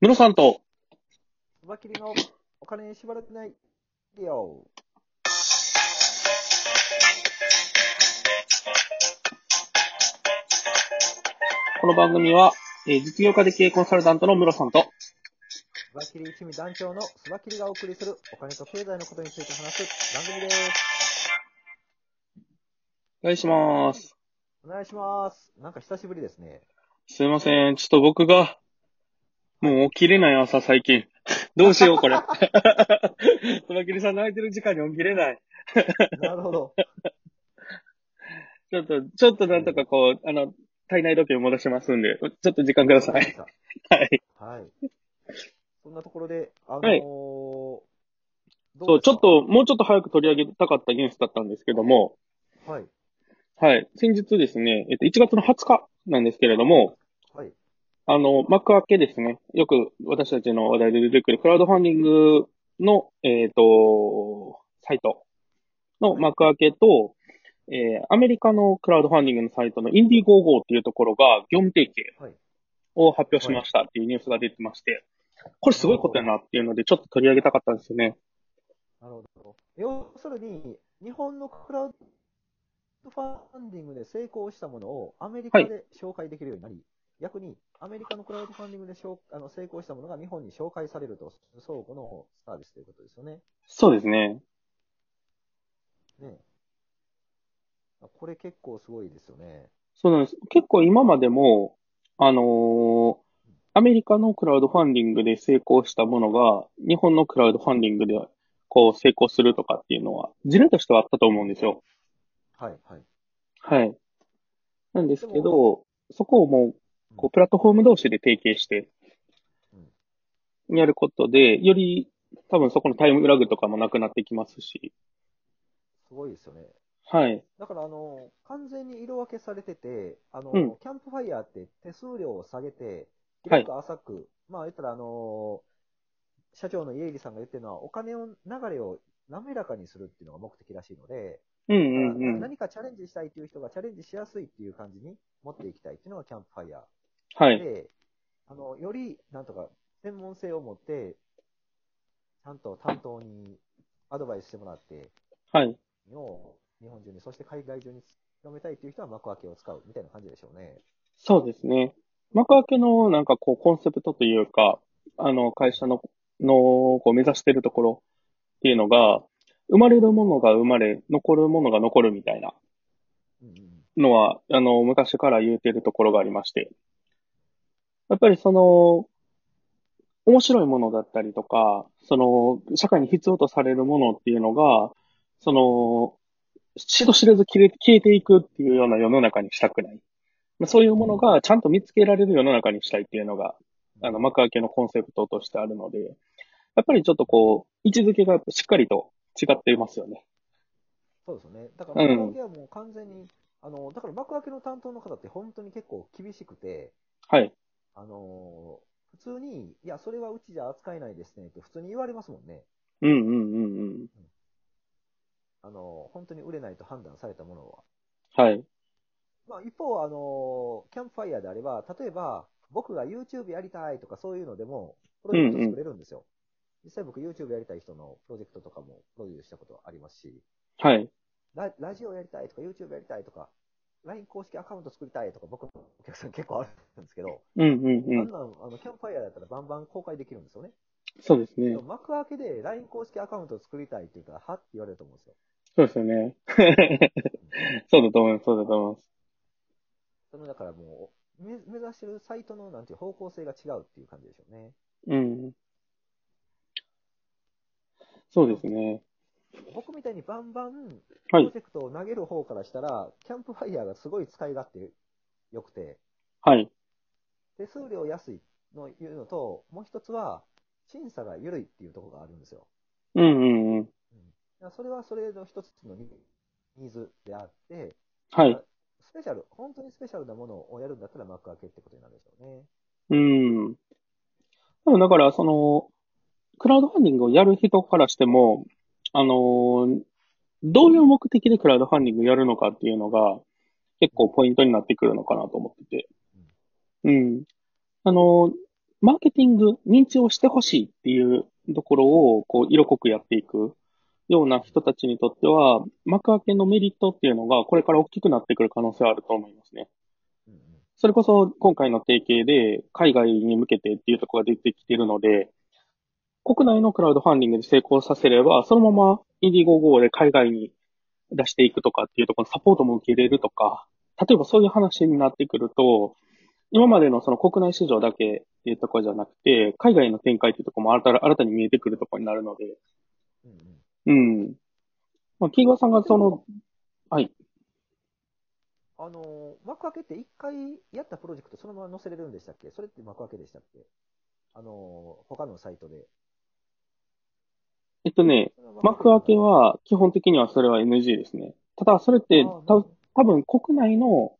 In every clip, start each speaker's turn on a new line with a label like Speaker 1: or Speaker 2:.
Speaker 1: ムロさんと、
Speaker 2: スバキリのお金に縛られてないレディオ。
Speaker 1: この番組は、えー実業家で経営コンサルタントのムロさんと、
Speaker 2: スバキリ一味団長のスバキリがお送りするお金と経済のことについて話す番組です。
Speaker 1: お願いします。
Speaker 2: お願いします。なんか久しぶりですね。
Speaker 1: すいません。ちょっと僕が、もう起きれない朝最近。 どうしよう、こ れ。つばきりさん泣いてる時間に起きれない。
Speaker 2: なるほど。
Speaker 1: ちょっと、ちょっとなんとかこう、あの、体内時計を戻しますんで、ちょっと時間ください。はい。
Speaker 2: はい。そんなところで、あのー
Speaker 1: はい
Speaker 2: ど
Speaker 1: そう、
Speaker 2: です
Speaker 1: ち
Speaker 2: か
Speaker 1: ょっ、と、もうちょっと早く取り上げたかったニュースだったんですけども、
Speaker 2: はい。
Speaker 1: はい。先日ですね、えっと、1月の20日なんですけれども、
Speaker 2: はい。
Speaker 1: あの、幕開けですね。よく私たちの話題で出てくるクラウドファンディングの、えっと、サイトの幕開けと、えーアメリカのクラウドファンディングのサイトのインディーゴーゴーっていうところが業務提携
Speaker 2: はい
Speaker 1: を発表しましたっていうニュースが出てまして、これすごいことやなっていうのでちょっと取り上げたかったんですよね。
Speaker 2: なるほど。要するに、日本のクラウドファンディングで成功したものをアメリカで紹介できるようになり、逆にアメリカのクラウドファンディングで紹あの成功したものが日本に紹介されると、相互のサービスということですよね。
Speaker 1: そうですね。
Speaker 2: ねえこれ結構すごいですよね。
Speaker 1: そうなんです。結構今までも、あのーアメリカのクラウドファンディングで成功したものが、日本のクラウドファンディングでこう成功するとかっていうのは、事例としてはあったと思うんですよ。
Speaker 2: はい、はい。
Speaker 1: はい。なんですけ
Speaker 2: で
Speaker 1: ど、そこをもう、こう、プラットフォーム同士で提携して、やることで、より、多分そこのタイムラグとかもなくなってきますし、
Speaker 2: すごいですよね。
Speaker 1: はい。
Speaker 2: だから、あの、完全に色分けされてて、あの、
Speaker 1: うん
Speaker 2: キャンプファイヤーって手数料を下げて、
Speaker 1: はい
Speaker 2: 広く浅く、まあ言ったら、あの、社長の家入さんが言ってるのは、お金の流れを滑らかにするっていうのが目的らしいので、
Speaker 1: うんうんうん。
Speaker 2: 何かチャレンジしたいっていう人がチャレンジしやすいっていう感じに持っていきたいっていうのがキャンプファイヤー。
Speaker 1: はい。
Speaker 2: で、あの、より、なんとか、専門性を持って、ちゃんと担当にアドバイスしてもらって、
Speaker 1: はい。
Speaker 2: を日本中に、そして海外中に広めたいという人は幕開けを使うみたいな感じでしょうね。
Speaker 1: そうですね。幕開けのなんかこうコンセプトというか、あの会社の、のこう目指してるところっていうのが、生まれるものが生まれ、残るものが残るみたいな
Speaker 2: うんうん
Speaker 1: のは、あの、昔から言うてるところがありまして。やっぱりその、面白いものだったりとか、その、社会に必要とされるものっていうのが、その、知知れず消え消えていくっていうような世の中にしたくない。まあ、そういうものがちゃんと見つけられる世の中にしたいっていうのが、あの、幕開けのコンセプトとしてあるので、やっぱりちょっとこう、位置づけがやっぱしっかりと違っていますよね。
Speaker 2: そうですよね。だか
Speaker 1: う
Speaker 2: ら
Speaker 1: ん
Speaker 2: 幕開けはもう完全に、あの、だから幕開けの担当の方って本当に結構厳しくて、
Speaker 1: はい。
Speaker 2: あのー普通に、いや、それはうちじゃ扱えないですねって普通に言われますもんね。
Speaker 1: うんうんうんうん。
Speaker 2: あのー本当に売れないと判断されたものは。
Speaker 1: はい。
Speaker 2: まあ、一方、あのーキャンプファイヤーであれば、例えば、僕が YouTube やりたいとかそういうのでも、プロジェクト作れるんですよ。実際僕 YouTube やりたい人のプロジェクトとかもプロデュースしたことありますし、
Speaker 1: はい。
Speaker 2: ララジオやりたいとか YouTube やりたいとか、LINE 公式アカウント作りたいとか、僕のお客さん結構あるんですけど、
Speaker 1: うんうんう
Speaker 2: あ
Speaker 1: ん
Speaker 2: ん。なん、あの、キャンプファイヤーだったらバンバン公開できるんですよね。
Speaker 1: そうです
Speaker 2: で
Speaker 1: ね
Speaker 2: も。幕開けで LINE 公式アカウント作りたいって言ったら、はって言われると思うんですよ。
Speaker 1: そうですよね。 そうだと思います。そうだと思います。
Speaker 2: その、だからもう、め目指してるサイトの、なんていう方向性が違うっていう感じでしょうね。
Speaker 1: うん。そうですね。
Speaker 2: 僕みたいにバンバン、プ
Speaker 1: はい
Speaker 2: ロジェクトを投げる方からしたら、キャンプファイヤーがすごい使い勝手良くて、
Speaker 1: はい。
Speaker 2: 手数料安いのいうのと、もう一つは、審査が緩いっていうところがあるんですよ。
Speaker 1: うんうんうん。
Speaker 2: だからそれはそれの一つのニニーズであって、
Speaker 1: はい。
Speaker 2: スペシャル、本当にスペシャルなものをやるんだったら幕開けってことになるでしょうね。
Speaker 1: うん。でもだから、その、クラウドファンディングをやる人からしても、あのーどういう目的でクラウドファンディングやるのかっていうのが、結構ポイントになってくるのかなと思ってて。うん。あのーマーケティング、認知をしてほしいっていうところを、こう、色濃くやっていくような人たちにとっては、幕開けのメリットっていうのが、これから大きくなってくる可能性はあると思いますね。
Speaker 2: うんうん
Speaker 1: それこそ今回の提携で海外に向けてっていうところが出てきているので、国内のクラウドファンディングで成功させれば、そのままインディゴーゴーで海外に出していくとかっていうところのサポートも受け入れるとか、例えばそういう話になってくると、今までのその国内市場だけっていうところじゃなくて、海外の展開っていうところも新た新たに見えてくるところになるので、
Speaker 2: うんうん
Speaker 1: うん。まあ、キーガーさんがその、はい。
Speaker 2: あのー幕開けって一回やったプロジェクトそのまま載せれるんでしたっけそれって幕開けでしたっけあのー他のサイトで。
Speaker 1: えっとね、幕開けは、基本的にはそれは NG ですね。ただ、それって、
Speaker 2: あ
Speaker 1: た多分国内の、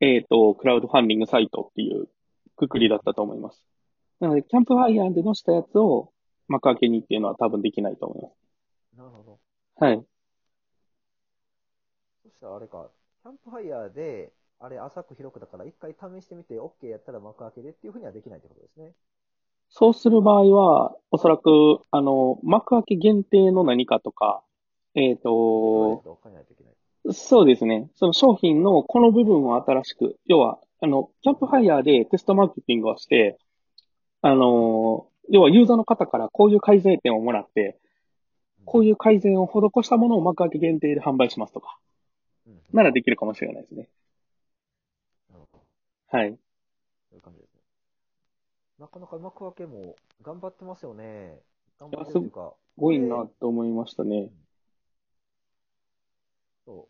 Speaker 1: えっと、クラウドファンディングサイトっていうくくりだったと思います。なので、キャンプファイヤーで載せたやつを幕開けにっていうのは多分できないと思いま
Speaker 2: なるほど。
Speaker 1: す。はい。
Speaker 2: そしたらあれか、キャンプファイヤーで、あれ浅く広くだから一回試してみて、OK やったら幕開けでっていうふうにはできないってことですね。
Speaker 1: そうする場合は、おそらく、あの、幕開け限定の何かとか、えっ
Speaker 2: お
Speaker 1: と、
Speaker 2: と変えないといけない。
Speaker 1: そうですね。その商品のこの部分を新しく、要は、あの、キャンプファイヤーでテストマーケティングをして、あの、要はユーザーの方からこういう改善点をもらって、こういう改善を施したものを幕開け限定で販売しますとか、
Speaker 2: うんうん
Speaker 1: ならできるかもしれないですね。
Speaker 2: なるほど。
Speaker 1: はい。
Speaker 2: そういう感じですね。なかなか幕開けも頑張ってますよね。頑張
Speaker 1: い
Speaker 2: ってる
Speaker 1: やす
Speaker 2: というか、
Speaker 1: すごいなと思いましたね。
Speaker 2: そ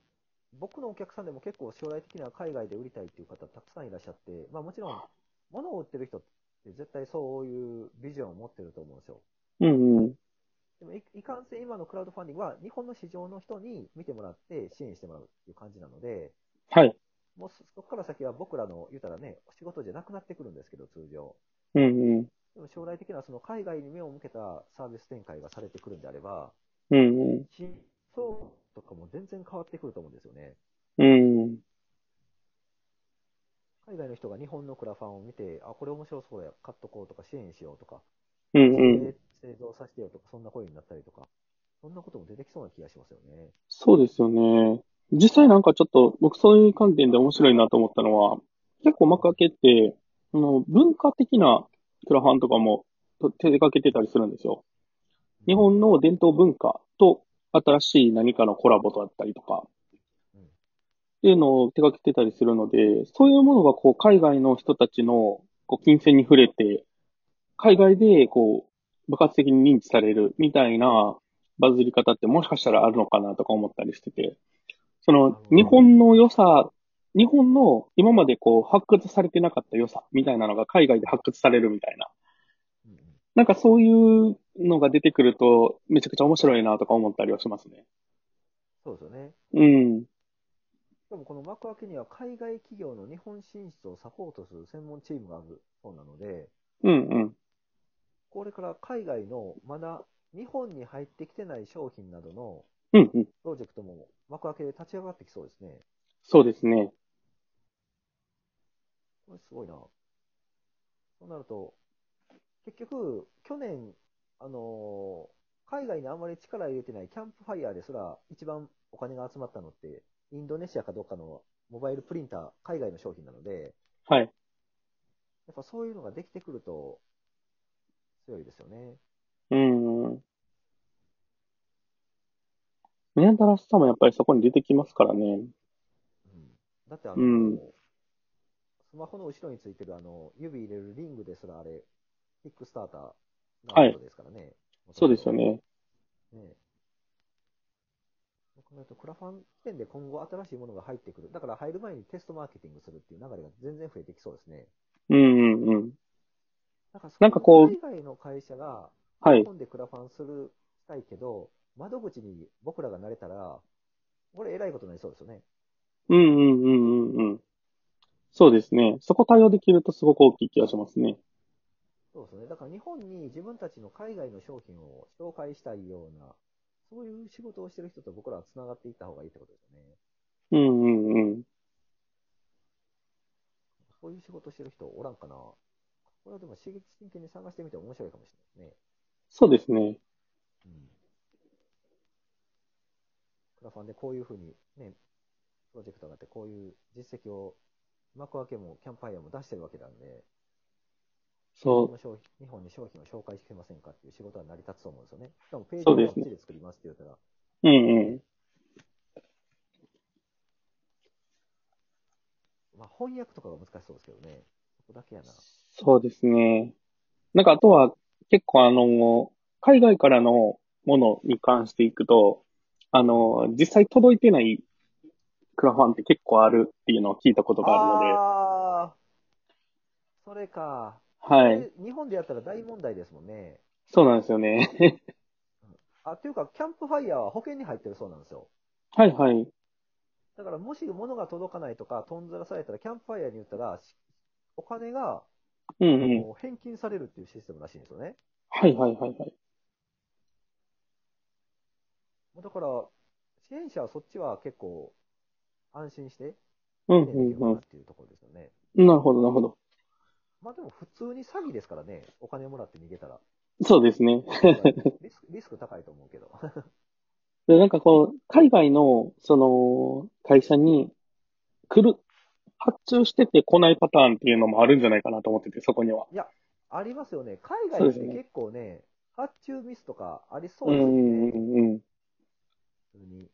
Speaker 2: う僕のお客さんでも結構将来的には海外で売りたいっていう方たくさんいらっしゃって、まあもちろん、物を売ってる人って絶対そういうビジョンを持ってると思うんですよ。
Speaker 1: うんうん。
Speaker 2: でもい、いかんせん今のクラウドファンディングは日本の市場の人に見てもらって支援してもらうっていう感じなので、
Speaker 1: はい。
Speaker 2: もうそそこから先は僕らの言うたらね、お仕事じゃなくなってくるんですけど、通常。
Speaker 1: うんうん。
Speaker 2: でも将来的にはその海外に目を向けたサービス展開がされてくるんであれば、
Speaker 1: うんうん。
Speaker 2: 新装とかも全然変わってくると思うんですよね。
Speaker 1: うん。
Speaker 2: 海外の人が日本のクラファンを見て、あ、これ面白そうや、買っとこうとか、支援しようとか、
Speaker 1: うんうん。
Speaker 2: 製造させてよとか、そんな声になったりとか、そんなことも出てきそうな気がしますよね。
Speaker 1: そうですよね。実際なんかちょっと僕そういう観点で面白いなと思ったのは、結構幕開けって、あの文化的なクラファンとかもと手掛けてたりするんですよ。日本の伝統文化と新しい何かのコラボだったりとか、
Speaker 2: うん
Speaker 1: っていうのを手掛けてたりするので、そういうものがこう海外の人たちのこう金銭に触れて、海外でこう部活的に認知されるみたいなバズり方ってもしかしたらあるのかなとか思ったりしてて、そ
Speaker 2: なる
Speaker 1: の
Speaker 2: ほど
Speaker 1: 日本の良さ、日本の今までこう発掘されてなかった良さみたいなのが海外で発掘されるみたいな。
Speaker 2: うんうん
Speaker 1: なんかそういうのが出てくるとめちゃくちゃ面白いなとか思ったりはしますね。
Speaker 2: そうですよね。
Speaker 1: うん。
Speaker 2: でもこの幕開けには海外企業の日本進出をサポートする専門チームがあるそうなので、
Speaker 1: うんうん。
Speaker 2: これから海外のまだ日本に入ってきてない商品などの
Speaker 1: うんうん。
Speaker 2: プロジェクトも幕開けで立ち上がってきそうですね。
Speaker 1: そうですね。
Speaker 2: これすごいな。そうなると、結局、去年、あのー海外にあんまり力入れてないキャンプファイヤーですら、一番お金が集まったのって、インドネシアかどっかのモバイルプリンター、海外の商品なので、
Speaker 1: はい。
Speaker 2: やっぱそういうのができてくると、強いですよね。
Speaker 1: うんうん。メンタらしさもやっぱりそこに出てきますからね。
Speaker 2: うん、だってあの、
Speaker 1: うん
Speaker 2: スマホの後ろについてるあの、指入れるリングですらあれ、キックスターター
Speaker 1: は
Speaker 2: ないことですからね。
Speaker 1: そうですよね。
Speaker 2: ねえ。そう考えると、クラファン時点で今後新しいものが入ってくる。だから入る前にテストマーケティングするっていう流れが全然増えてきそうですね。
Speaker 1: うんうんうん。
Speaker 2: なんかそ
Speaker 1: なんかこう
Speaker 2: 海外の会社が
Speaker 1: はい
Speaker 2: 日。本でクラファンする、したいけど、窓口に僕らが慣れたら、これ偉いことになりそうですよね。
Speaker 1: うんうんうんうんうん。そうですね。そこ対応できるとすごく大きい気がしますね。
Speaker 2: そうですね。だから日本に自分たちの海外の商品を紹介したいような、そういう仕事をしてる人と僕らは繋がっていった方がいいってことです
Speaker 1: う
Speaker 2: よね。
Speaker 1: んうんうん。
Speaker 2: そういう仕事してる人おらんかな。これはでも刺激的に探してみても面白いかもしれないね。
Speaker 1: そうですね。
Speaker 2: うん。クラファンでこういうふうにね、プロジェクトがあって、こういう実績を幕開けもキャンパイアも出してるわけなんで、
Speaker 1: そ
Speaker 2: こ
Speaker 1: う、
Speaker 2: の商品日本に商品を紹介してませんかっていう仕事は成り立つと思うんですよね。しかもページ
Speaker 1: そ
Speaker 2: を
Speaker 1: うで
Speaker 2: こっ
Speaker 1: すね
Speaker 2: ちで作りますって言ったら、
Speaker 1: うんうん。
Speaker 2: まあ翻訳とかが難しそうですけどね。そこだけやな。
Speaker 1: そうですね。なんかあとは結構あの、海外からのものに関していくと、あの、実際届いてないクラファンって結構あるっていうのを聞いたことがあるので、
Speaker 2: ああー、それか。
Speaker 1: はい。
Speaker 2: で日本でやったら大問題ですもんね。
Speaker 1: そうなんですよね。
Speaker 2: あ、というか、キャンプファイヤーは保険に入ってるそうなんですよ。
Speaker 1: はいはい。
Speaker 2: だから、もし物が届かないとか、とんざらされたら、キャンプファイヤーに言ったら、しお金が
Speaker 1: うん
Speaker 2: あ
Speaker 1: うん。
Speaker 2: の返金されるっていうシステムらしいんですよね。
Speaker 1: はいはいはいはい。
Speaker 2: だから、支援者はそっちは結構、安心して、
Speaker 1: うん
Speaker 2: 支援できる
Speaker 1: う
Speaker 2: か
Speaker 1: ん
Speaker 2: な
Speaker 1: う
Speaker 2: っていうところですよね。
Speaker 1: ん。なるほどなるほど。
Speaker 2: まあでも、普通に詐欺ですからね、お金もらって逃げたら。
Speaker 1: そうですね。
Speaker 2: リスクリスク高いと思うけど。
Speaker 1: で、なんかこう、海外の、その、会社に来る、発注してて来ないパターンっていうのもあるんじゃないかなと思ってて、そこには。
Speaker 2: ありますよね。海外っ
Speaker 1: そ
Speaker 2: て
Speaker 1: うですね
Speaker 2: 結構ね、発注ミスとかありそううですよ
Speaker 1: ん
Speaker 2: ね
Speaker 1: う。んうん。
Speaker 2: 普通に。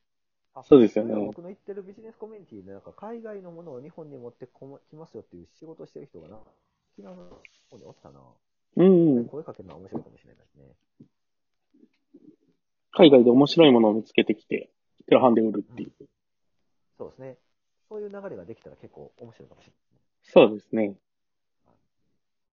Speaker 2: あ
Speaker 1: そうですよね
Speaker 2: いや僕の行ってるビジネスコミュニティで、なんか海外のものを日本に持ってこま来ますよっていう仕事をしてる人がな、沖縄の方におったな。
Speaker 1: うんうん。
Speaker 2: 声かけるのは面白いかもしれないですね。
Speaker 1: 海外で面白いものを見つけてきて、テラハンで売るっていう。
Speaker 2: そうですね。そういう流れができたら結構面白いかもしれない。
Speaker 1: そうですね。